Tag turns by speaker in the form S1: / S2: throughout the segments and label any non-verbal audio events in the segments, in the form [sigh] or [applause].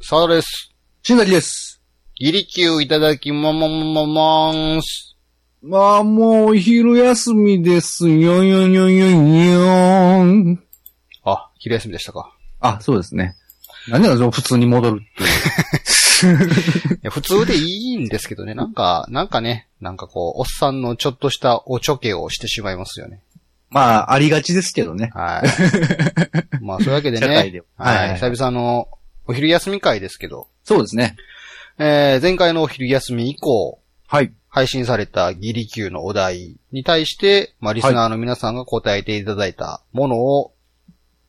S1: 沢田です。
S2: しんなりです。
S1: ギリキューいただきもももももーんす。
S2: まあ、もう、お昼休みです。よんよんよんよんよん。
S1: あ、昼休みでしたか。
S2: あ、そうですね。何だろう、普通に戻るっていう。
S1: いや普通でいいんですけどね、なんか、なんかね、なんかこう、おっさんのちょっとしたおちょけをしてしまいますよね。
S2: まあ、ありがちですけどね。
S1: はい。
S2: [laughs]
S1: まあ、そういうわけで
S2: 社会
S1: ね。
S2: では
S1: は
S2: はい
S1: い。
S2: はい
S1: 久々のお昼休み会ですけど、
S2: そうですね。
S1: えー、前回のお昼休み以降、
S2: はい。
S1: 配信されたギリキューのお題に対して、まあ、リスナーの皆さんが答えていただいたものを、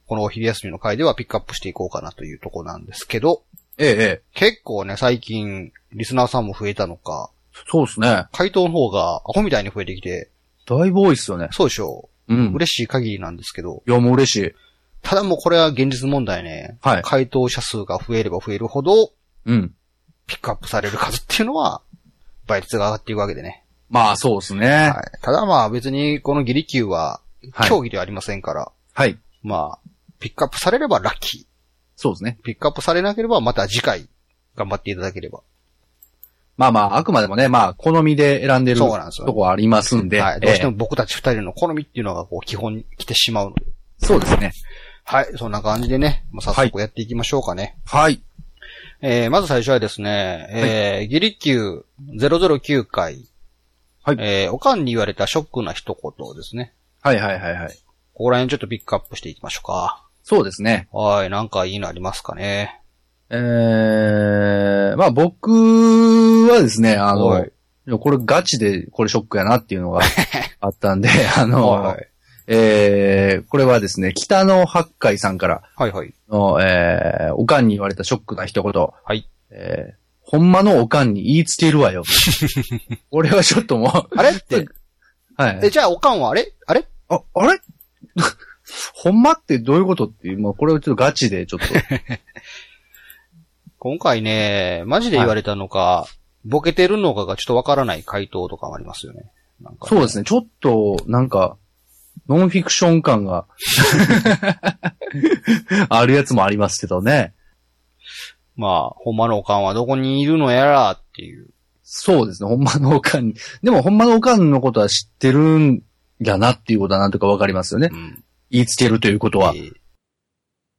S1: このお昼休みの回ではピックアップしていこうかなというとこなんですけど、
S2: ええ、ええ。
S1: 結構ね、最近、リスナーさんも増えたのか、
S2: そうですね。だ
S1: 回答の方がアホみたいに増えてきて、
S2: いぶ多いっすよね。
S1: そうでしょ
S2: う
S1: う。
S2: ん。
S1: 嬉しい限りなんですけど、
S2: いや、もう嬉しい。
S1: ただもうこれは現実問題ね。
S2: はい
S1: 回答者数が増えれば増えるほど、
S2: うん。
S1: ピックアップされる数っていうのは、倍率が上がっていくわけでね。
S2: まあ、そうですね。
S1: はい。ただまあ別にこのギリ級は、
S2: はい
S1: 競技ではありませんから、
S2: はい。
S1: まあ、ピックアップされればラッキ
S2: そうですね。
S1: ー。ピックアップされなければまた次回、頑張っていただければ。
S2: まあまあ、あくまでもね、まあ、好みで選んでる
S1: そうなんですよ
S2: とこはありますんで。
S1: はい。どうして
S2: え
S1: も僕たち二人の好みっていうのがこう基本に来てしまうので。
S2: えそうですね。
S1: はい、そんな感じでね、もう早速やっていきましょうかね。
S2: はい。
S1: えー、まず最初はですね、えーギリキュー009回、
S2: はい
S1: えー、おかんに言われたショックな一言ですね。
S2: はいはいはいはい。
S1: ここら辺ちょっとピックアップしていきましょうか。
S2: そうですね。
S1: はい、なんかいいのありますかね。
S2: えー、まあ僕はですね、あ
S1: は
S2: の
S1: い、
S2: これガチで、これショックやなっていう
S1: [laughs]
S2: のがあったんで、あの、
S1: はい。
S2: えー、これはですね、北野八海さんから
S1: はいはい。
S2: の、えー、おかんに言われたショックな一言。
S1: はい。
S2: えー、ほんまのおかんに言いつける
S1: [laughs]
S2: わよ。俺はちょっともう、
S1: あれって、
S2: は
S1: え、
S2: い。
S1: じゃあおかんはあれあれ [laughs]
S2: あ、あれほんまってどういうことっていう、まあこれをちょっとガチでちょっと。
S1: 今回ね、マジで言われたのか、ボケてるのかがちょっとわからない回答とかもありますよね。なんか
S2: そうですね。ちょっと、なんか、ノンフィクション感が、 [laughs] あるやつもありますけどね。
S1: まあ、ほんまのおかんはどこにいるのやらっていう。
S2: そうですね。ほんまのおかんに。でも、ほんまのおかんのことは知ってるんやなっていうことはなんとかわかりますよね
S1: う。ん。
S2: 言いつけるということは
S1: え。ー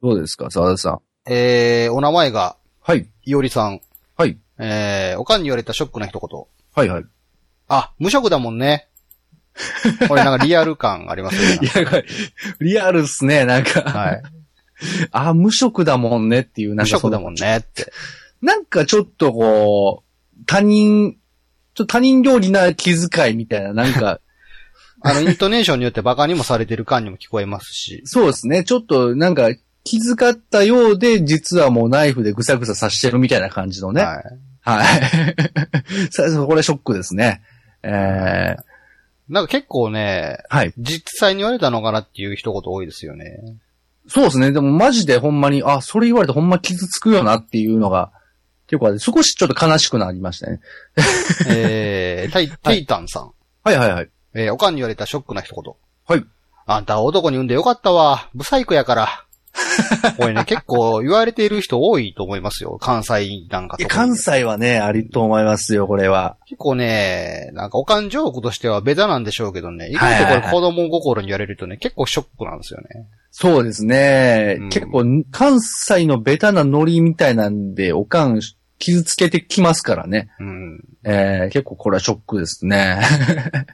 S2: どうですか、沢田さん。
S1: えー、お名前が、
S2: はい。
S1: いおりさん。
S2: はい。
S1: えー、おかんに言われたショックな一言。
S2: はいはい。
S1: あ、無職だもんね。 [laughs] これなんかリアル感ありますよ
S2: い
S1: ね。
S2: や、これ [laughs] リアルっすね。なんか、
S1: はい。
S2: あ、無職だもんねっていう、な
S1: 無
S2: んかそ
S1: 職だ
S2: の、
S1: もんねって。
S2: なんかちょっとこう、他人、ちょっと他人料理な気遣いみたいな、なんか、
S1: あの、イントネーションによってバカにもされてる感にも聞こえますし。
S2: そうですね。ちょっとなんか気遣ったようで、実はもうナイフでぐさぐさ刺してるみたいな感じのね。はい。 [laughs]
S1: はい。
S2: さそこれショックですね。えー、
S1: なんか結構ね、
S2: はい。
S1: 実際に言われたのかなっていう一言多いですよね。
S2: そうですね。でもマジでほんまに、あ、それ言われてほんま傷つくよなっていうのが、結構あれ少しちょっと悲しくなりましたね。
S1: えー、タイ、テイタンさん。
S2: はいはいはい。
S1: えー、おかんに言われたショックな一言。
S2: はい。
S1: あんたは男に産んでよかったわ。ブサイクや
S2: [laughs]
S1: から。これね、結構言われている人多いと思いますよ。関西なんか
S2: い
S1: と
S2: や
S1: か。
S2: 関西はね、ありと思いますよ、これは。
S1: 結構ね、なんかおかんジョークとしてはベタなんでしょうけどね。意外と
S2: は
S1: こ
S2: いはい
S1: れ
S2: はい
S1: 子供心に言われるとね、結構ショックなんですよね。
S2: そうですね。
S1: うん
S2: 結構、関西のベタなノリみたいなんで、おかん傷つけてきますからね。
S1: うん。
S2: えー、結構これはショックで
S1: [laughs]
S2: すね。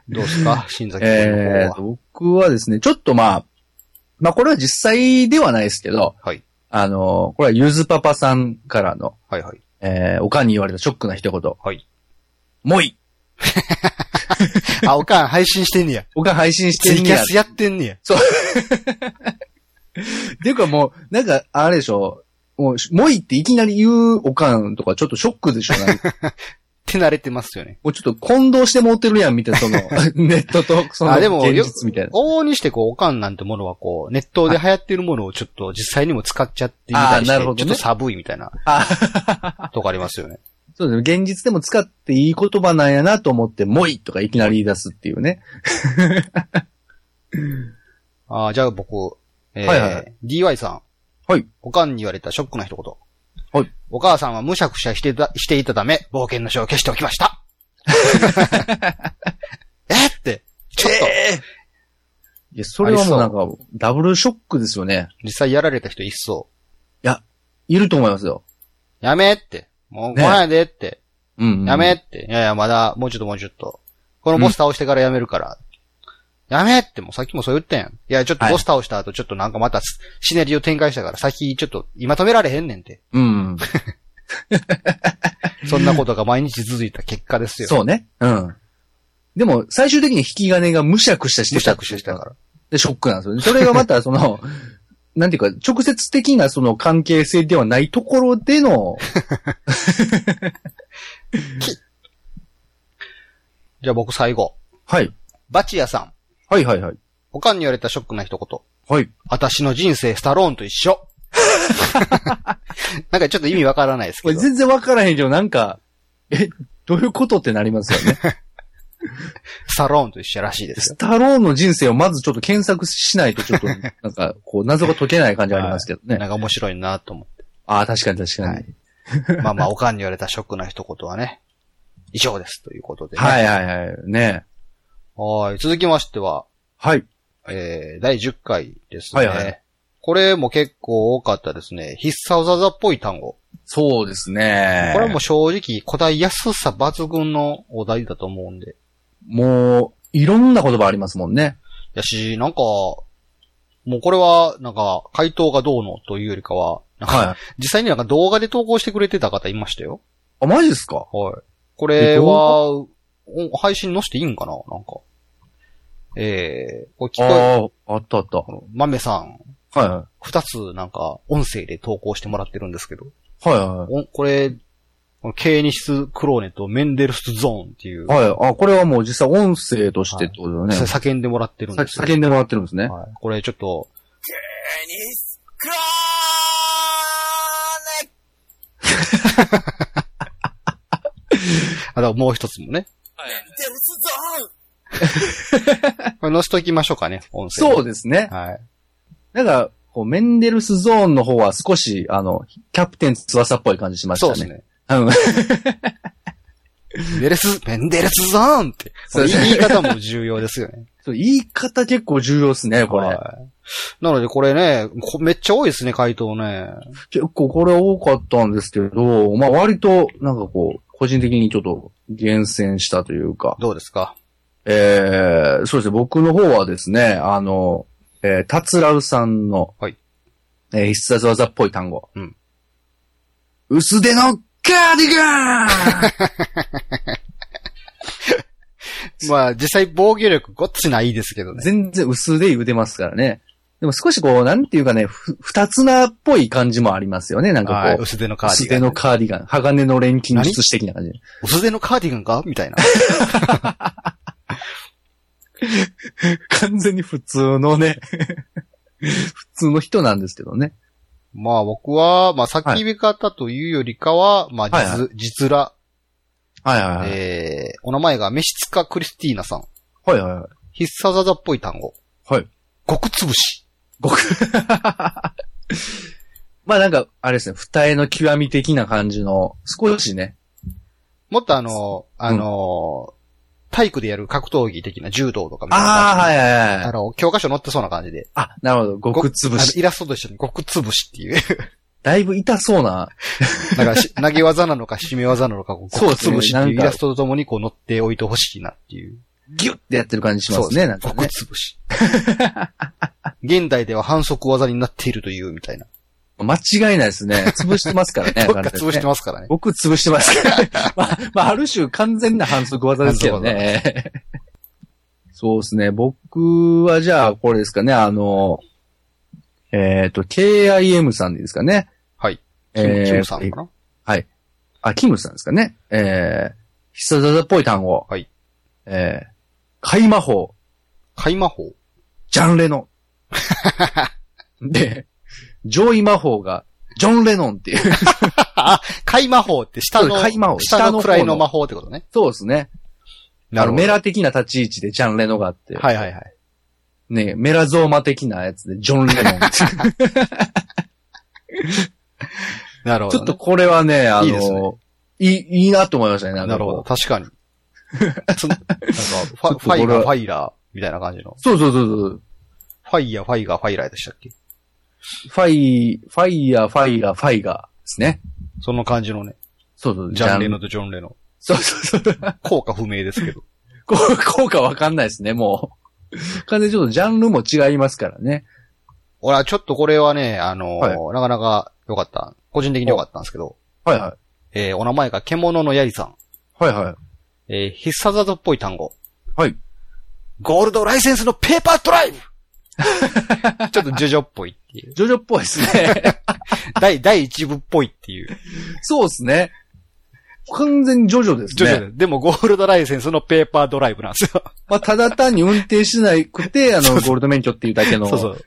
S1: どうです
S2: [laughs]
S1: か新崎君の
S2: え
S1: 方は。
S2: ー、僕はですね、ちょっとまあ、まあこれは実際ではないですけど、
S1: はい。
S2: あの、これはゆずパパさんからの、
S1: はいはい。
S2: えー、おかんに言われたショックな一言。
S1: はい。
S2: もい
S1: あ、おかん配信してんねや。
S2: おかん配信し
S1: ツ
S2: て
S1: イ
S2: ん
S1: キ
S2: ね
S1: ャ
S2: や。
S1: スやってんねや。
S2: っていうかもう、なんか、あれでしょ、もう、もいっていきなり言うおかんとかちょっとショックでしょ、なんか
S1: って慣れてますよね。
S2: もうちょっと混同して持ってるやん、みたいな、
S1: [laughs]
S2: その、ネットと、その、
S1: あでも
S2: 現実みたいな。
S1: 往々にしてこう、おかんなんてものはこう、ネットで流行ってるものをちょっと実際にも使っちゃってみたりして、
S2: あーなるほど
S1: ちょ
S2: ね
S1: っと寒いみたいな [laughs] とかありますよね。
S2: そうですね。現実でも使っていい言葉なんやなと思って、もいとかいきなり言い出すっていうね。
S1: あーじゃあ僕、えー
S2: はいはいは
S1: DY さん。
S2: はい。
S1: おかんに言われたショックな一言。
S2: はい。
S1: お母さんはむしゃくしゃしてた、していたため、冒険の書を消しておきま
S2: [laughs]
S1: した。えって、ちょっと、
S2: いや、それはもうなんか、ダブルショックですよね。
S1: 実際やられた人一層、
S2: いると思いますよ。
S1: やめって、もう来
S2: ね
S1: ないでって、
S2: うん、うん。
S1: やめって、いやいや、まだ、もうちょっともうちょっと。このボス倒してからやめるから。やめって、もうさっきもそう言ったやん。いや、ちょっと
S2: はい
S1: ボス倒した後、ちょっとなんかまたス、シナリオ展開したから、先、ちょっと、今止められへんねんて。
S2: うん。
S1: そんなことが毎日続いた結果ですよ。
S2: [laughs] そうね。うん。でも、最終的に引き金がむしゃくしゃして
S1: むしたゃくしゃしたから。
S2: で、ショックなんですよね。それがまた、その、 [laughs] なんていうか、直接的なその関係性ではないところで
S1: [laughs]
S2: の、
S1: じゃあ僕最後。
S2: はい。
S1: バチヤさん。
S2: はいはいはい。
S1: おかんに言われたショックな一言。
S2: はい。
S1: 私の人生、スタローンと一
S2: [laughs]
S1: 緒。 [laughs] なんかちょっと意味わからないです
S2: こ
S1: け
S2: れ
S1: ど。
S2: 全然わからへんけど、なんか、え、どういうことってなりますよね。
S1: スタローンと一緒らしいですよ。
S2: スタローンの人生をまずちょっと検索しないと、ち
S1: [laughs]
S2: ょっと、なんか、こう、謎が解けない感じがありますけどね。
S1: なんか面白いなと思って。
S2: ああ、確かに確かに。
S1: は
S2: はいい、 [laughs]
S1: まあまあ、おかんに言われたショックな一言はね、以上です。ということで、ね。
S2: はい、はいはい。ね
S1: はい。続きましては、
S2: はい。
S1: えー、第10回ですね。
S2: はいはい
S1: これも結構多かったですね。必殺技っぽい単語。
S2: そうですね。
S1: これはもう正直、答えやすさ抜群のお題だと思うんで。
S2: もう、いろんな言葉ありますもんね。
S1: やし、なんか、もうこれは、なんか、回答がどうのというよりかは、なんか
S2: はい。
S1: 実際になんか動画で投稿してくれてた方いましたよ。
S2: あ、マジですか
S1: はい。これは、お配信載せていいんかななんか。えー、これ聞こえ、
S2: ああ、あったあった。は
S1: まめさん、
S2: いは
S1: 二つなんか音声で投稿してもらってるんですけど、
S2: い。はいはい。
S1: おこれ、このケーニシス・クローネとメンデルス・ゾーンっていう、
S2: はい。あ、これはもう実際音声としてってことだよね。さ
S1: 叫んでもらってるんですよ
S2: 叫んでもらってるんですね。
S1: はい、これちょっと、
S3: クローネ
S1: あともう一つもね、
S3: デルスゾーン
S1: [laughs] これ載せときましょうかね、音声。
S2: そ
S1: う
S2: うですね。
S1: はい。
S2: なんか、こう、メンデルスゾーンの方は少し、あの、キャプテン翼っぽい感じしました
S1: そうで
S2: ね。
S1: すね。メン
S2: うん。 [laughs]
S1: デルス、メンデルス・ゾーンって、
S2: そうですね
S1: 言い方も重要ですよね。
S2: そう言い方結構重要ですね、これ。
S1: はい。なのでこれね、こめっちゃ多いですね、回答ね。
S2: 結構これ多かったんですけど、まあ割と、なんかこう、個人的にちょっと厳選したというか、
S1: どうですか
S2: えー、そうですね、僕の方はですね、あの、えー、タツラウさんの、
S1: はい。
S2: えー、必殺技っぽい単語。
S1: うん。
S2: 薄手のカーディガン
S1: [laughs] まあ、実際防御力ごっちないですけどね。
S2: 全然薄で茹でますからね。でも少しこう、なんていうかね、ふ、二つなっぽい感じもありますよね、なん
S1: は
S2: か
S1: い
S2: こう。
S1: 薄手のカーデ
S2: 薄
S1: ィガ
S2: 手
S1: ン。
S2: のカーディガン。鋼の錬金術師的な感じ。
S1: 薄手のカーディガンかみたいな。
S2: 完全に普通のね、 [laughs] 普通の人なんですけどね。
S1: [laughs] まあ僕は、まあ叫び方というよりかは、まあ実、
S2: はいは
S1: 実ら、
S2: はいは
S1: えー、お名前が召使クリスティーナさん。
S2: はいはいはい。
S1: 必殺技っぽい単語。
S2: はい。
S1: 極潰し。
S2: まあなんか、あれですね、二重の極み的な感じの、少しね。
S1: もっとあの、あの、体育でやる格闘技的な柔道とかみたいな
S2: ああ、はいはいは
S1: あ
S2: い。
S1: の、教科書載ってそうな感じで。
S2: あ、なるほど、極
S1: あ
S2: 潰
S1: の
S2: し。
S1: イラストと一緒に極潰しっていう。 [laughs]
S2: だいぶ痛そうな。
S1: だからし、投げ技なのか締め技なのか、こう
S2: そう
S1: 極
S2: ですね
S1: 潰しっていうイ
S2: なんか
S1: ラストとともにこう載っておいてほしいなっていう。
S2: ギュッてやってる感じしますね、なんか
S1: 極
S2: ね。
S1: 潰し。現代では反則技になっているというみたい
S2: [laughs]
S1: な。
S2: 間違いないですね。潰してますからね。
S1: [laughs] どっか潰して
S2: す。
S1: ますからね。
S2: 僕潰してます [laughs] から。まあ、まあ、ある種完全な反則技ですけどね。そうですね。僕はじゃあ、これですかね。あの、えっ、と、KIM さんでいいですかね。
S1: はい。キ
S2: え
S1: ム
S2: ー
S1: キムさんかな
S2: あ、キムさんですかね。えー、必殺技っぽい単語。
S1: はい。
S2: えー、開魔法、
S1: 開魔法。
S2: ジャンレノ
S1: [laughs]
S2: ン。で、上位魔法が、ジョン・レノンっていう。
S1: あ、開魔法って下の
S2: そう、開魔法
S1: 下
S2: 下
S1: の
S2: の
S1: 位
S2: 方
S1: の
S2: の
S1: 魔法ってことね。
S2: そうですね。
S1: な
S2: あ
S1: る
S2: の、
S1: ほど
S2: メラ的な立ち位置でジャン・レノがあって。
S1: はいはいはい。
S2: ね、メ
S1: [laughs]
S2: ラゾーマ的なやつで、ジョン・レノンっていう。
S1: なるほ
S2: ち
S1: ど、
S2: ょっ
S1: ね。
S2: とこれはね、あ
S1: いいです
S2: の、いい、いいなと思いましたね。なん
S1: な
S2: か
S1: る
S2: こ
S1: ほ
S2: う
S1: ど。。確
S2: [laughs]
S1: かに。そなんかフ
S2: ちょ
S1: ァ、
S2: っと
S1: フ
S2: こ
S1: ァ
S2: れ
S1: イ
S2: は
S1: ガー、ファイラーみたいな感じの。
S2: そうそうそうそう。
S1: ファイヤー、ファイガー、ファイラーでしたっけ
S2: ファイ、ファイヤー、ファイヤー、ファイガーですね。
S1: その感じのね。
S2: そうそう。
S1: ジャンレ
S2: ル
S1: ノとジョンレノ。
S2: そうそうそう。
S1: 効果不明です [laughs] けど。
S2: こう [laughs] 効果わかんないですね、もう。完全にちょっとジャンルも違いますからね。
S1: 俺はちょっとこれはね、あのー
S2: は
S1: なかなか良かった。個人的に良かったんですけど。
S2: はいは
S1: えー、お名前が獣のやりさん。
S2: い。はいはい。
S1: えー、必殺技っぽい単語。
S2: はい。
S1: ゴールドライセンスのペーパードラ [laughs] イブちょっとジョジョっぽいっていう。
S2: ジョジョっぽいで
S1: [laughs]
S2: すね。
S1: 第、第一部っぽいっていう。
S2: そうですね。完全にジョジョで
S1: [laughs]
S2: す
S1: ジョジョ
S2: ね
S1: で。すでもゴールドライセンスのペーパードライブなんですよ。
S2: まあ、ただ単に運転しなくて、あの、ゴールド免許っていうだけの。
S1: そうそう。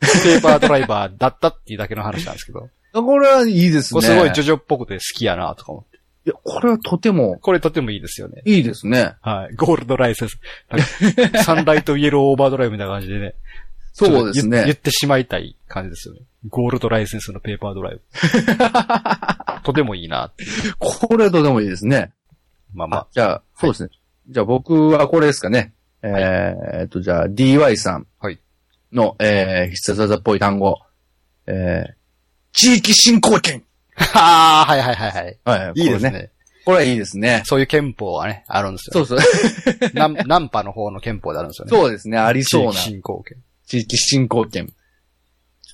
S1: ペーパードライバーだったっていうだけの話なんですけ [laughs] ど。
S2: これはいいです
S1: こ
S2: ね。
S1: れすごいジョジョっぽくて好きやなとか思って。
S2: いや、これはとても
S1: これとてもいいですよね。
S2: いいですね。
S1: はい。ゴールドライセンス。 [laughs] なんかサンライトイエローオーバードライブみたいな感じでね。
S2: そうです
S1: ちょっと言言
S2: ね
S1: っ。てしまいたい感じですよね。ゴールドライセンスのペーパードライブ。 [laughs] とてもいいなって。
S2: これはとてもいいですね。
S1: まあま
S2: あ
S1: あ、。
S2: じゃあ、そうですね。じゃあ僕はこれですかね。えーっと、じゃあ DY さん
S1: はい
S2: の、えー、必殺技っぽい単語。えー、地域振興権。
S1: はあ、はいはいはいはい。
S2: はい、
S1: いいですね。
S2: これこれはいいですね。
S1: そういう憲法はね、あるんですよ、
S2: [laughs] そうそう。
S1: ね。ナンナンパの方の憲法であるん [laughs] ですよね。う。
S2: そうですね。ありそうな。
S1: 進行権。
S2: 地域振興権。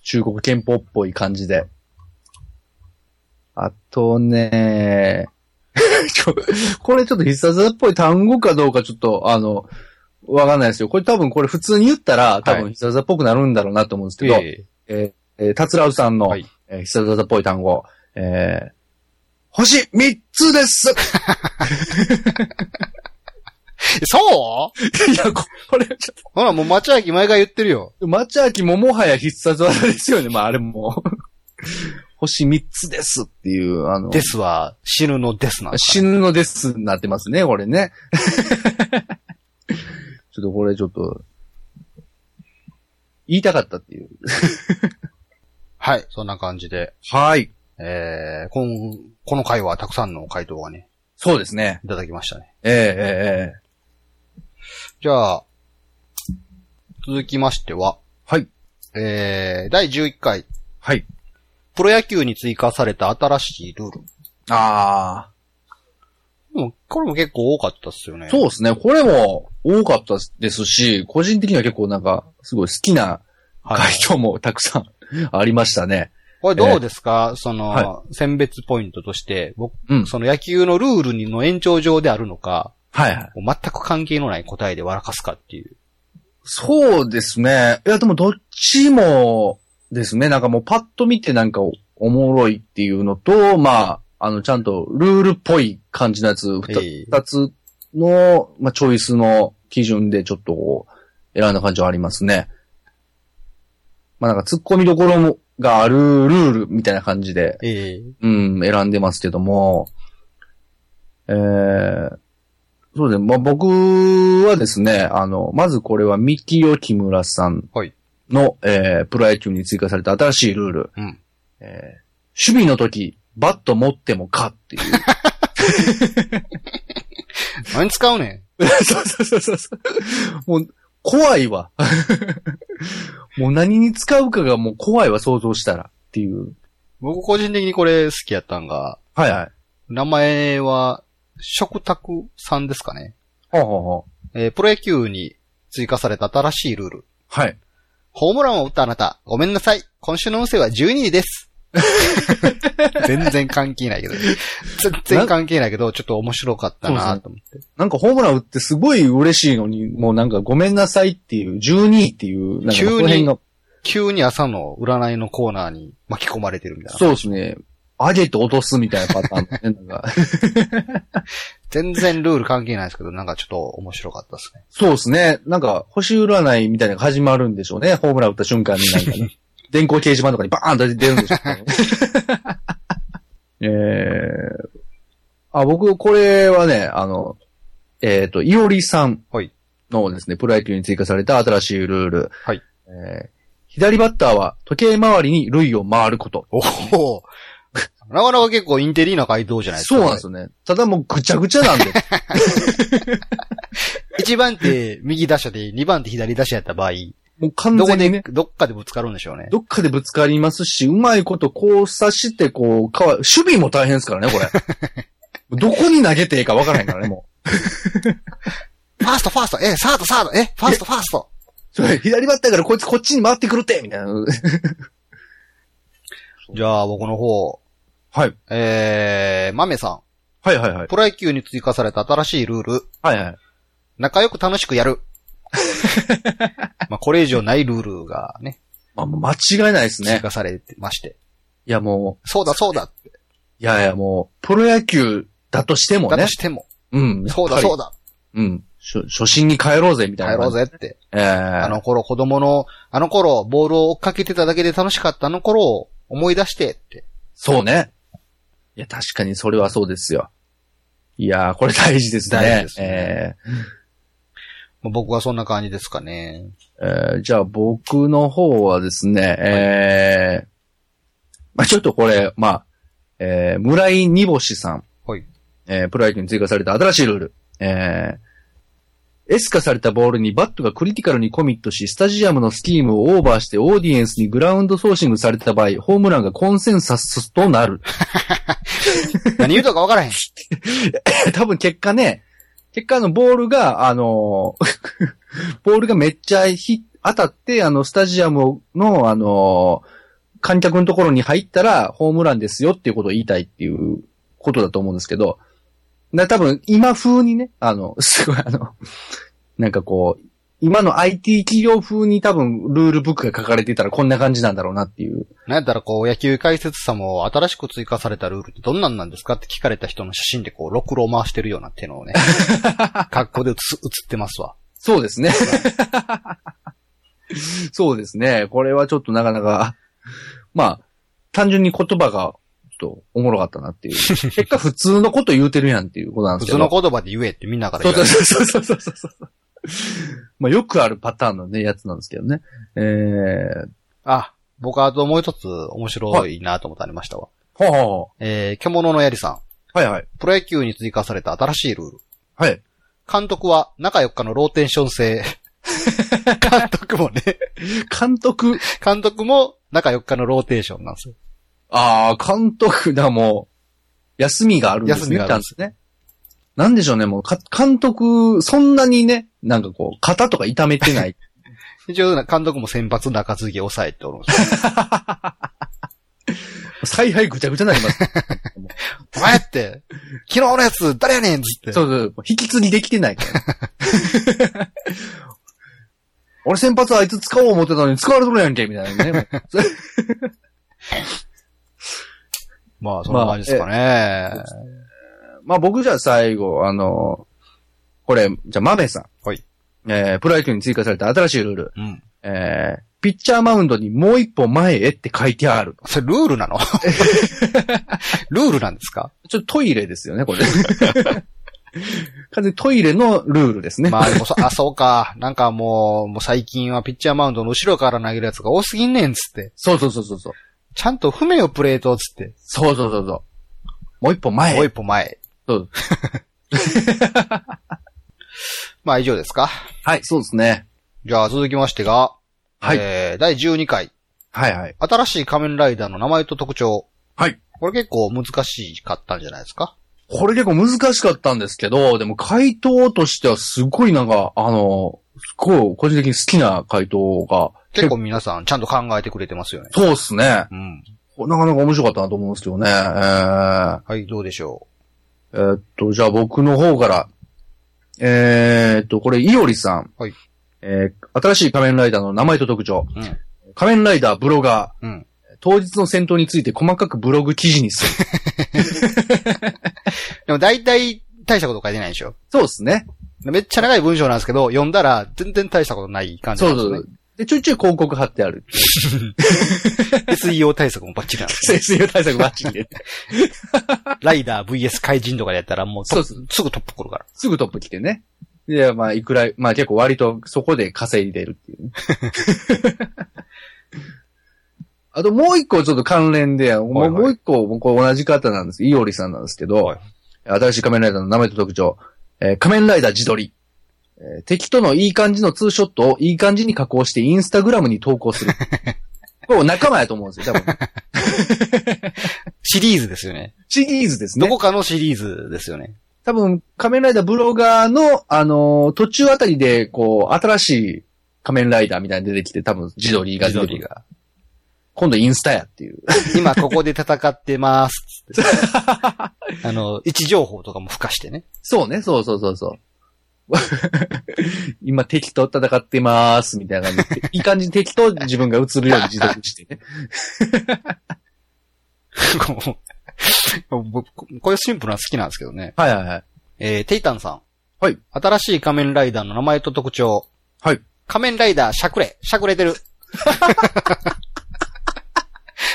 S2: 中国憲法っぽい感じで。あとね [laughs] ちょこれちょっと必殺技っぽい単語かどうかちょっと、あの、わかんないですよ。これ多分これ普通に言ったら、多
S1: は
S2: 分
S1: い
S2: 必殺技っぽくなるんだろうなと思うんですけど、
S1: え
S2: えーえー、達郎さんの、
S1: はい
S2: えー必殺技っぽい単語、えー、星3つです [laughs]
S1: えそう
S2: いや、ここれちょっと
S1: ほら、もう町明毎回言ってるよ。
S2: マチャキももはや必殺技ですよね。まああれも。 [laughs] 星3つですっていう、あの、
S1: ですは、死ぬのですなんですか
S2: 死ぬのですになってますね、これね。ちょっとこれちょっと、言いたかったっていう。
S1: はい、そんな感じで、
S2: はい。
S1: えー、こんこの回はたくさんの回答がね、
S2: そうですね。
S1: いただきましたね。
S2: ええええええ
S1: じゃあ、続きましては、
S2: はい。
S1: えー、第11回、
S2: はい。
S1: プロ野球に追加された新しいルール。
S2: あ
S1: でもこれも結構多かったっすよね
S2: あ。。そうですね。これも多かったですし、個人的には結構なんか、すごい好きな
S1: はい
S2: 回。答もたくさんありましたね。
S1: これどうですか、その、
S2: は
S1: 選別ポイントとして、僕、
S2: うん
S1: その野球のルールにの延長上であるのか、
S2: はいはい。
S1: もう全く関係のない答えで笑かすかっていう。
S2: そうですね。いや、でもどっちもですね、なんかもうパッと見てなんかおおもろいっていうのと、まあ、あの、ちゃんとルールっぽい感じのやつ、二つ
S1: えー
S2: 二つの、まあ、チョイスの基準でちょっとこう、選んだ感じはありますね。まあ、なんか突っ込みどころもがあるルールみたいな感じで、
S1: ええ
S2: うん、選んでますけども、えー、そうですね、まあ、僕はですね、あの、まずこれは三木よ木村さん
S1: はい
S2: の、えー、プロ野球に追加された新しいルール、
S1: うん
S2: えー守備の時、バット持ってもかっていう。
S1: 何使うねん。
S2: [laughs] そうそうそうそうそう。もう、怖いわ。 [laughs] もう何に使うかがもう怖いわ、想像したらっていう。
S1: 僕個人的にこれ好きやったんが、
S2: はいはい。
S1: 名前は、食卓さんですかね。
S2: ほうほうほう。
S1: えープロ野球に追加された新しいルール。
S2: はい。
S1: ホームランを打ったあなた、ごめんなさい。今週の運勢は12位
S2: [laughs]
S1: です。全然関係ないけど。全然関係ないけど、ちょっと面白かったなと思って。
S2: なんかホームラン打ってすごい嬉しいのに、もうなんかごめんなさいっていう、12位っていう、なんかその辺が、
S1: 急に朝の占いのコーナーに巻き込まれてるみたいな。
S2: そうですね。上げて落とすみたいなパターン、ね、なんか
S1: 全然ルール関係ないですけど、なんかちょっと面白かったですね。
S2: そうですね。なんか星占いみたいなのが始まるんでしょうね。ホームラン打った瞬間になんか
S1: [laughs]
S2: ね。電光掲示板とかにバーンと出るんでしょうね。えー、あ、僕、これはね、あの、えっ、と、いおりさん
S1: はい
S2: のですね、プロ野球に追加された新しいルール。
S1: はい。
S2: えー左バッターは時計回りに類を回ること。
S1: おおなかなか結構インテリーな回答じゃないですか。
S2: そうなんですよね。ただもうぐちゃぐち
S1: [laughs]
S2: ゃなんで。
S1: 1番手右打者で、2番手左打者やった場合、
S2: もう完
S1: どこ
S2: 全にね
S1: で、、どっかでぶつかるんでしょうね。
S2: どっかでぶつかりますし、うまいこと交差して、こう、かわ、守備も大変ですからね、これ。 [laughs] どこに投げていいかわからへんからね、も
S1: ファースト、ファースト、え、サード、サード、え、ファースト、ファースト。
S2: う。それ左バッターからこいつこっちに回ってくるってみたいな。
S1: じゃあ、僕の方、
S2: はい。
S1: えー、マメさ
S2: はいはいはい
S1: ん、。プロ野球に追加された新しいルール、
S2: はいはい。
S1: 仲良く楽しくや
S2: [laughs]
S1: る。まあ、これ以上ないルールがね、
S2: まあ、もう間違いないです
S1: 追
S2: ね。
S1: 加されてまして。
S2: いやも
S1: そうだ、そうだ、
S2: う、いやいやもう、プロ野球だとしても
S1: だ
S2: ね
S1: と。しても、
S2: うん。
S1: そうだ、
S2: やっぱり
S1: そうだ、
S2: うん。初初心に帰ろうぜ、みたいな。
S1: 帰ろう。ぜって。
S2: ええ
S1: あの頃、子供の、あの頃、ボールを追っかけてただけで楽しかったあの頃を思い出してって。
S2: そうね。いや、確かにそれはそうですよ。いやー、これ大事ですね。
S1: 大事ですね
S2: えー
S1: まあ僕はそんな感じですかね。
S2: えーじゃあ僕の方はですね、えーまあちょっとこれ、まあえー村井二星さん。
S1: はい
S2: えープロ野球に追加された新しいルール。えーエスカされたボールにバットがクリティカルにコミットし、スタジアムのスキームをオーバーしてオーディエンスにグラウンドソーシングされた場合、ホームランがコンセンサスとなる。
S1: 何言うとかわからへん。
S2: [laughs] 多分結果ね、結果あのボールが、あの [laughs] ーボールがめっちゃひ当たって、あの、スタジアムの、あのー観客のところに入ったら、ホームランですよっていうことを言いたいっていうことだと思うんですけど、な、多分、今風にね、あの、 [laughs] すごい、あの、なんかこう、今の IT 企業風に多分、ルールブックが書かれていたらこんな感じなんだろうなっていう。
S1: なんやったらこう、野球解説者も新しく追加されたルールってどんなんなんですかって聞かれた人の写真でこう、ろくろを回してるような手のを
S2: [laughs]
S1: ね、格好で写写ってますわ。
S2: そうですね。そうですね。これはちょっとなかなか、まあ、単純に言葉が、ちょっとおもろかったなっていう。結果普通のこと言うてるやんっていうことなんで
S1: 普
S2: すけ
S1: 通
S2: ど。
S1: の言葉で言えってみんなから
S2: そ
S1: 言
S2: う
S1: われる。
S2: そうそうそうそうそう。まあよくあるパターンのね、やつなんですけどね。えー、
S1: あ、僕はあともう一つ面白いなと思ってありましたわ。
S2: ほうほ
S1: えー、獣のやりさ
S2: うはいはい。
S1: ん。プロ野球に追加された新しいルール。
S2: はい。
S1: 監督は中4日のローテーション
S2: [laughs]
S1: 制。監督もね、
S2: 監督、
S1: 監督も中4日のローテーションなんですよ。
S2: ああ、監督だ、もう、休みがあるんですね。
S1: 休みがあるんで
S2: ね。なんでしょうね、もう、か、監督、そんなにね、なんかこう、肩とか痛めてない。
S1: 一応、監督も先発中継ぎ抑えておるんですよ。
S2: [laughs] 采配ぐちゃぐちゃになります。
S1: お前って、昨日のやつ誰やねんっつって。
S2: そうそうそう、引き継ぎできて [laughs] ないから。俺先発あいつ使おう思ってたのに使われとるやんけ、みたいなね。 [laughs] もうそ
S1: まあ、そ
S2: れ
S1: んな感じですかね。
S2: まあ僕じゃあ最後、あの、これ、じゃあマメさん。
S1: はい。
S2: えー、プロ野球に追加された新しいルール。
S1: うん。
S2: えー、ピッチャーマウンドにもう一歩前へって書いてある。
S1: それルールな
S2: [laughs]
S1: のルールなんですか
S2: ちょっとトイレですよね、これ。完全にトイレのルールですね。
S1: まあでもそ、あ、そうか。なんかもう、もう最近はピッチャーマウンドの後ろから投げるやつが多すぎんねんっつって。
S2: そうそうそうそうそう。
S1: ちゃんと踏めよ、プレートっつって。
S2: そうそうそうそう。もう一歩前
S1: もう
S2: へ。
S1: 一歩前。
S2: そう。
S1: [laughs] まあ以上ですか。
S2: はい、そうですね。
S1: じゃあ続きましてが、
S2: はい
S1: えー、第12回。
S2: はいはい。
S1: 新しい仮面ライダーの名前と特徴。
S2: はい。
S1: これ結構難しかったんじゃないですか
S2: これ結構難しかったんですけど、でも回答としてはすごいなんか、あの、すごい個人的に好きな回答が、
S1: 結構皆さんちゃんと考えてくれてますよね。
S2: そうですね。
S1: うん。
S2: なかなか面白かったなと思うんですけどね。えー、
S1: はい、どうでしょ
S2: えーっと、じゃあ僕の方から。えーっと、これ、いおりさん。
S1: はい。
S2: えー新しい仮面ライダーの名前と特徴。
S1: うん
S2: 仮面ライダーブロガー。
S1: うん
S2: 当日の戦闘について細かくブログ記事にする。
S1: う。でも大体大したこと書いてないでしょ
S2: そうですね。
S1: めっちゃ長い文章なんですけど、読んだら全然大したことない感じ
S2: そ
S1: なん
S2: う
S1: です
S2: そ
S1: よね。
S2: う。で、ちょいちょい広告貼って
S1: [laughs]
S2: ある。
S1: SEO 対策もバッチリ
S2: [laughs]
S1: なんです。
S2: 節油対策バッチリで。
S1: ライダー VS 怪人とかでやったらもうトップ
S2: そうそ
S1: すぐトップ来るから。
S2: すぐトップ来てね。で、まあ、いくら、まあ結構割とそこで稼いでるっていうね。 [laughs] あともう一個ちょっと関連で、も
S1: は
S2: う
S1: いはい
S2: もう一個、もうこれ同じ方なんです。いおりさんなんですけど、
S1: はい
S2: 新しい仮面ライダーの名前と特徴、えー仮面ライダー自撮り。えー敵とのいい感じのツーショットをいい感じに加工してインスタグラムに投
S1: [laughs]
S2: 稿する。これ仲間やと思うんですよ、多分。
S1: シリーズですよね。
S2: シリーズです
S1: ど
S2: ね。
S1: こかのシリーズですよね。
S2: 多分、仮面ライダーブロガーの、あのー途中あたりで、こう、新しい仮面ライダーみたいに出てきて、多分、自撮りが出てく
S1: 自撮り
S2: る。今度インスタやっていう。 [laughs]
S1: 今ここで戦ってますっつって。あの、位置情報とかも付加してね。 [laughs]
S2: そうね、そうそうそうそう。 [laughs] 今敵と戦ってます、みたいな感じで。いい感じに敵と自分が映るように自撮りしてね。 [laughs]
S1: こう僕こういうシンプルなの好きなんですけどね。
S2: はいはいはい。
S1: えー、テイタンさん。
S2: はい。
S1: 新しい仮面ライダーの名前と特徴。
S2: はい。
S1: 仮面ライダー、しゃくれ。しゃくれて
S2: [laughs]
S1: る。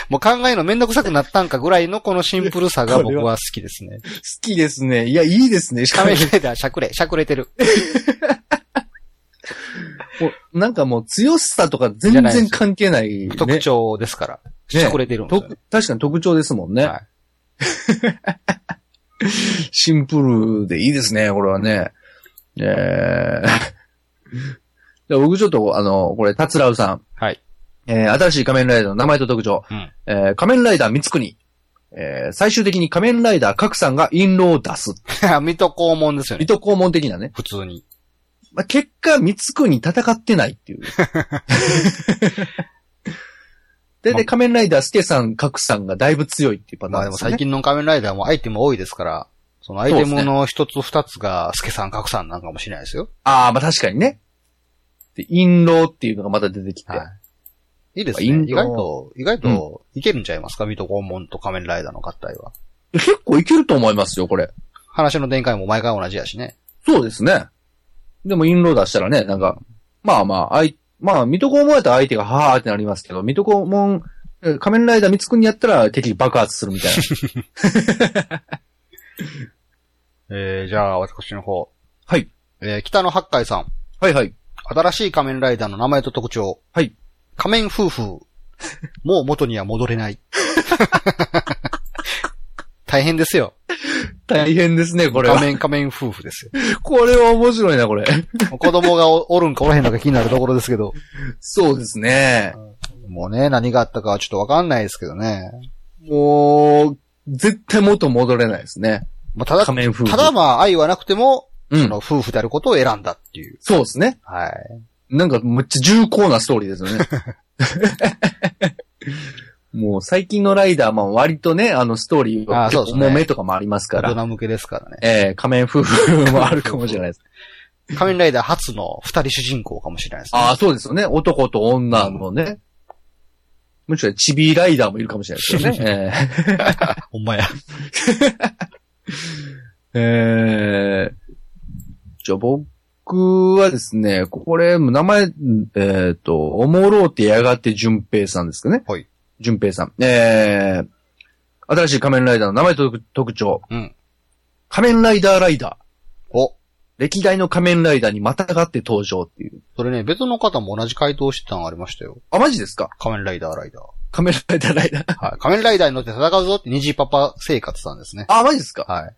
S1: もう考えるのめんどくさくなったんかぐらいのこのシンプルさが僕は好きですね。
S2: 好きですね。いや、いいですね。しかも
S1: 仮、面ライダー、しゃくれ。しゃくれてる。
S2: もうなんかもう強さとか
S1: じゃ
S2: 全
S1: ないで
S2: 然
S1: す
S2: 関係ない、 [laughs] ね。
S1: 特徴ですから。
S2: ね
S1: しゃくれてるんです
S2: と
S1: よね
S2: 確かに特徴ですもんね。
S1: はい
S2: [laughs] シンプルでいいですね、これはね。えー。 [laughs] じゃあ僕ちょっと、あの、これ、たつらうさん。
S1: はい。
S2: えー新しい仮面ライダーの名前と特徴。
S1: うん
S2: えー仮面ライダー三つ国。えー最終的に仮面ライダー各さんが印籠を出す。
S1: [laughs] 水戸黄門ですよね
S2: 水。戸黄門的なね。
S1: 普通に。
S2: まあ、結果、三つ国戦ってない
S1: [laughs]
S2: っていう。 [laughs] だいたい仮面ライダースケさん、各さんがだいぶ強いっていうパタ
S1: ま
S2: ー
S1: あ
S2: ン
S1: で
S2: で
S1: も
S2: すよね
S1: 最。近の仮面ライダーもアイテム多いですから、そのアイテ
S2: そうで
S1: ム
S2: す
S1: の一つ二つが、スケさん、カクさんなんかもしれないですよ。
S2: ああ、まあ確かにね。で、印籠っていうのがまた出てきて。
S1: はい。いいです
S2: まあ
S1: ね。
S2: 陰
S1: 意
S2: 陽
S1: 外と、意外と、いけるんちゃいますか水戸黄門と仮面ライダーの合体は。
S2: 結構いけると思いますよ、これ。
S1: 話の展開も毎回同じやしね。
S2: そうですね。でも、インロー出したらね、なんか、まあまあ、あい、まあ、水戸黄門やったら相手がはーってなりますけど、水戸黄門、え仮面ライダー三つくんにやったら敵爆発するみたいな。
S1: えー、じゃあ、私の方。
S2: はい。
S1: えー、北野八海さん。
S2: [laughs] はいはい。
S1: 新しい仮面ライダーの名前と特徴。
S2: はい。
S1: 仮面夫婦。もう元には戻れ
S2: [laughs]
S1: ない。大変ですよ。
S2: 大変ですね、これ
S1: 仮
S2: は。
S1: 面仮面夫婦ですよ。
S2: [laughs] これは面白いな、これ。
S1: 子供がおおるんかおらへんのか気になるところですけど。
S2: そうですね。
S1: もうね、何があったかはちょっとわかんないですけどね。
S2: もう、絶対元戻れないですね。
S1: まあ、ただ、
S2: 仮面夫婦。
S1: ただまあ愛はなくても、
S2: う
S1: そ
S2: ん
S1: の。夫婦であることを選んだっていう。
S2: そうですね。
S1: はい。
S2: なんかめっちゃ重厚なストーリーですよ
S1: [laughs]
S2: ね。もう最近のライダーまあ割とね、あのストーリー
S1: あ
S2: は
S1: ーそうですね
S2: 重めとかもありますか
S1: 大
S2: ら、
S1: 人向けですからね。
S2: えー仮面夫婦もあるかもしれな
S1: [laughs]
S2: いです。
S1: 仮面ライダー初の二人主人公かもしれないですね。
S2: ああ、そうですよね。男と女のね。むしろチビライダーもいるかもしれないです
S1: [laughs]
S2: よね。えー
S1: ほんまや。
S2: えー、じゃあ僕はですね、これ、名前、えーと、おもろうてやがて淳平さんですかね。
S1: はい。
S2: 淳平さん。えー、新しい仮面ライダーの名前と特特徴。
S1: うん。
S2: 仮面ライダーライダー。
S1: お、
S2: 歴代の仮面ライダーにまたがって登場っていう。
S1: それね、別の方も同じ回答してたのありましたよ。
S2: あ、マジですか
S1: 仮面ライダーライダー。
S2: 仮面ライダーライダー。
S1: はい。仮面ライダーに乗って戦うぞってニジパパ生活さんですね。
S2: あ、マジですか
S1: は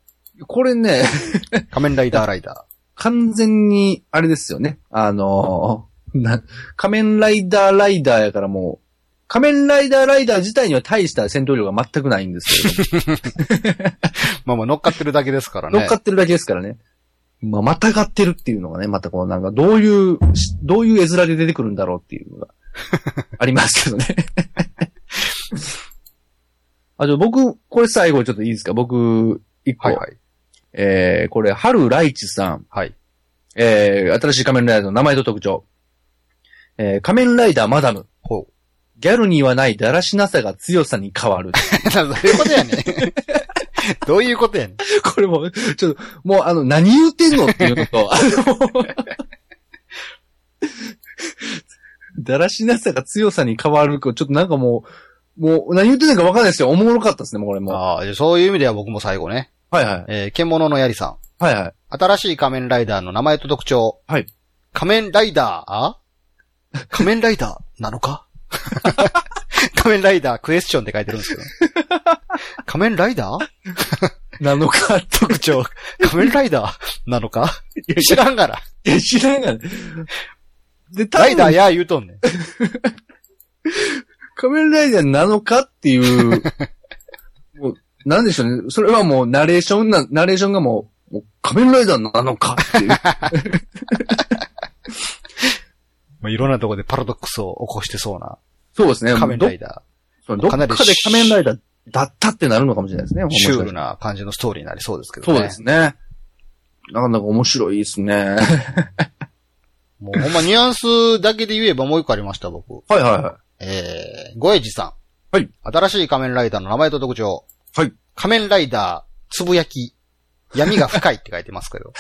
S2: これね、
S1: い。仮面ライダーライダ
S2: 完全に、あれですよね。あのーな、仮面ライダーライダーやからもう、仮面ライダーライダー自体には大した戦闘量が全くないんですけれ
S1: [laughs]
S2: ども、
S1: ー。まあまあ乗っかってるだけですからね。
S2: 乗っかってるだけですからね。まあ、またがってるっていうのがね、またこうなんか、どういう、しどういう絵面で出てくるんだろうってい
S1: [laughs]
S2: うのが、ありますけどね。 [laughs] あ、じゃあ僕、これ最後ちょっといいですか僕、一個。
S1: はいはい。
S2: えー、これ、春ライチさん。
S1: はい。
S2: えー、新しい仮面ライダーの名前と特徴。えー、仮面ライダーマダム。
S1: ほう。
S2: ギャルにはないだらしなさが強さに変わる。
S1: どう [laughs] いうことやねん。どういうことやねん。
S2: [laughs] これもう、ちょっと、もうあの、何言ってんのっていうのと、 [laughs] あの、だらしなさが強さに変わる。ちょっとなんかもう、もう何言ってんのかわかんないですよ。おもろかったですね、もうこれもう。
S1: ああ、じゃあそういう意味では僕も最後ね。
S2: はいはい。
S1: えー、獣のやりさん。
S2: はいはい。
S1: 新しい仮面ライダーの名前と特徴。
S2: はい。 [laughs]
S1: [laughs] 仮面ライダー、あ仮面ライダーなのか仮仮面ライダークエスチョンって書いてるん
S2: [laughs]
S1: ですけど。仮面ライダー
S2: なのかって。
S1: 特徴。仮面ライダーなのか知らんがら。
S2: いや、知らんがな。で、多
S1: ライダー
S2: 分、
S1: や言うとんねん。
S2: 仮面ライダーなのかって [laughs] いう、もう、なんでしょうね。それはもう、ナレーションな、ナレーションがもう、もう仮面ライダーなのかって [laughs] いう。
S1: まあ、いろんなとこでパラドックスを起こしてそうな
S2: そうですね。
S1: 仮面ラ
S2: イ
S1: イダ
S2: ダー。どっかで
S1: かなり
S2: 仮面ライダーだったってなるのかもしれないですね。
S1: ー。シュールな感じのストーリーになりそうですけど
S2: そ
S1: ね。
S2: うですね。なかなか面白いですね。は
S1: もうほんまニュアンスだけで言えばもう一個ありました、僕。
S2: いはいは
S1: えー、ゴエジさん。
S2: はい。
S1: 新しい仮面ライダーの名前と特徴。
S2: はい。
S1: 仮面ライダー、つぶやき、闇が深いって書いてますけ
S2: [laughs]
S1: ど。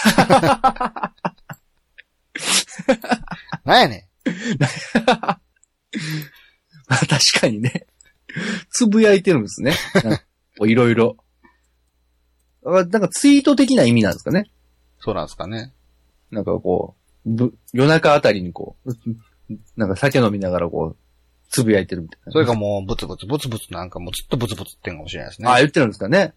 S1: なんやね
S2: い。 [laughs] 確かにね。つぶやいてるんですね。なんかこういろいろ。あなんかツイート的な意味なんですかね。
S1: ん。そうなんですかね。
S2: なんかこう、ぶ夜中あたりにこう、なんか酒飲みながらこう、つぶやいてるみたいな。
S1: それかもう、ブツブツ、ブツブツなんかもうずっとブツブツってんかもしれないですね。
S2: ああ、言ってるんですか [laughs] ね。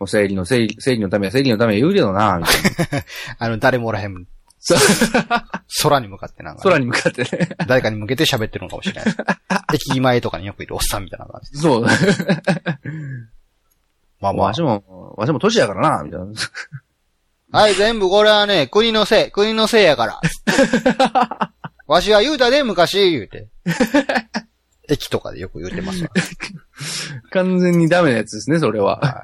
S2: もう生理の生理、生理のためや生理のためや言うけどな、みたいな。
S1: あの、誰もおらへん。空に向かってなんかね、
S2: [laughs] 空に向かってね。
S1: 誰かに向けて喋ってるのかもしれな
S2: [laughs]
S1: いです。駅前とかによくいるおっさんみたいな感じ。
S2: そう。
S1: まあまあ
S2: わし。も、 [laughs] わしも年やからな、みたいな。
S1: はい、全部これはね、国のせい、国のせいやから。
S2: [laughs]
S1: わしは言うたで、昔、言うて。 [laughs] 駅とかでよく言うてますわ。
S2: 完全にダメなやつですね、それは。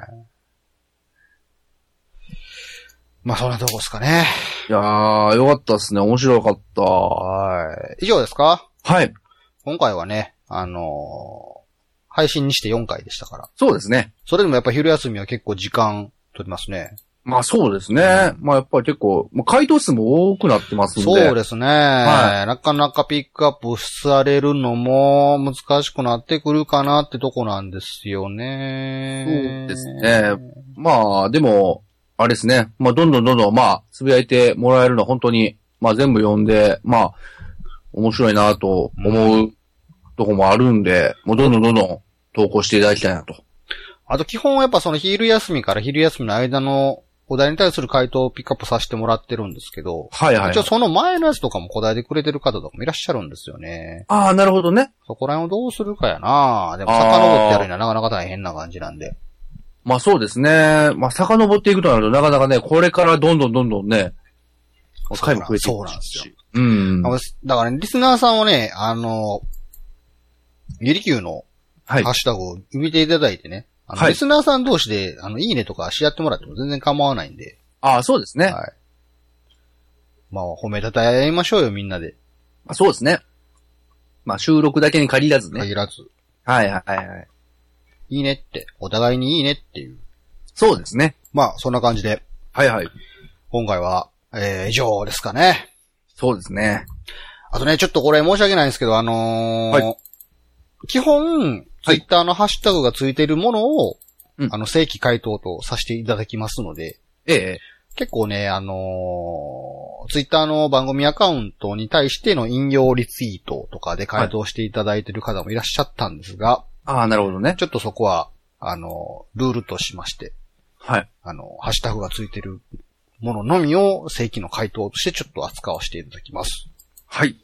S1: まあ、そんなとこですかね。
S2: いやー、よかったっすね。面白かった。は
S1: はい。以上ですか
S2: い。
S1: 今回はね、あのー配信にして4回でしたから。
S2: そうですね。
S1: それでもやっぱ昼休みは結構時間取りますね。
S2: まあそうですね。まあやっぱり結構、まあ回答数も多くなってますんで。
S1: そう
S2: で
S1: ですね、
S2: は
S1: なかなかピックアップされるのも難しくなってくるかなってとこなんですよね。
S2: そうですね。まあでも、あれですね。まあどんどんどんどん、まあ、つぶやいてもらえるのは本当に、まあ全部読んで、まあ、面白いなと思うとこもあるんで、もうどんどんどんどん投稿していただきたいなと。
S1: あと基本はやっぱその昼休みから昼休みの間のお題に対する回答をピックアップさせてもらってるんですけど、
S2: はいはい
S1: 一応。その前のやつとかも答えてくれてる方とかもいらっしゃるんですよね。
S2: ああ、なるほどね。
S1: そこら辺をどうするかやなでも
S2: あー
S1: 遡ってやるにはなかなか大変な感じなんで。
S2: まあそうですね。まあ遡っていくとなると、なかなかね、これからどんどんどんどんね、回も増えてい
S1: そう
S2: く
S1: なんですよ
S2: し。うん。
S1: あ
S2: は
S1: のだからね、リスナーさんをね、あの、ゆりきゅうの
S2: い
S1: ハッ。シュタグを見ていただいてね。あの、
S2: はい
S1: リスナーさん同士で、あの、いいねとかし合ってもらっても全然構わないんで。
S2: ああ、そうですね。
S1: はい。まあ、褒めたたえ合いましょうよ、みんなで。
S2: まあそうですね。まあ収録だけに限らずね。
S1: 限らず。
S2: はいはいはい。
S1: いいねって、お互いにいいねっていう。
S2: そうですね。
S1: まあ、そんな感じで、
S2: はいはい。
S1: 今回は、えー、以上ですかね。
S2: そうですね。
S1: あとね、ちょっとこれ申し訳ないんですけど、あのー
S2: は
S1: 基本、ツイッターのハッシュタグがついているものを、
S2: うん
S1: あの、正規回答とさせていただきますので、
S2: ええ。
S1: 結構ね、あのーツイッターの番組アカウントに対しての引用リツイートとかで回答していただいてる方もいらっしゃったんですが、
S2: ああ、なるほどね。
S1: ちょっとそこは、あのールールとしまして、
S2: はい。
S1: あの、ハッシュタグがついてるもののみを正規の回答としてちょっと扱わせていただきます。
S2: はい。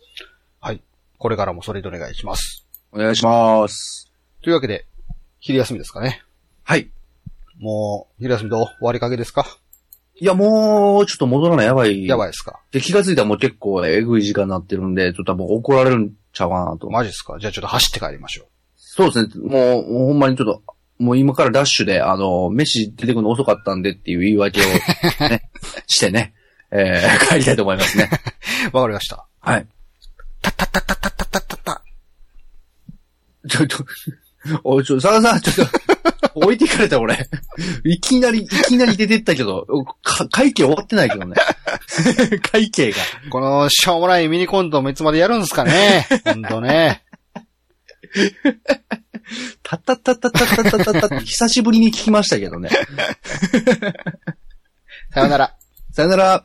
S1: これからもそれでお願いします。
S2: お願いします。
S1: というわけで、昼休みですかね。
S2: はい。
S1: もう、昼休みどう終わりかけですか
S2: いや、もう、ちょっと戻らない。やばい。
S1: やば
S2: い。
S1: いですか
S2: で、気がついたらもう結構えぐい時間になってるんで、ちょっと多分怒られるんちゃうかなと。
S1: マジですかじゃあちょっと走って帰りましょ
S2: そうですね。もう、もうほんまにちょっと、もう今からダッシュで、あの、飯出てくるの遅かったんでっていう言い訳を、ね、 [laughs] してね、えー、帰りたいと思いますね。
S1: う。わ [laughs] かりました。
S2: はい。
S1: たったったったったったったった。
S2: ちょっと、おい、ちょ、さださん、ちょっと、置いていかれた、俺。いきなり、いきなり出てったけど、か会計終わってないけどね。会計が。
S1: この、しょうもないミニコントもいつまでやるんですかねほんとね。
S2: たったったったったったったったって、久しぶりに聞きましたけどね。
S1: さよなら。
S2: さよなら。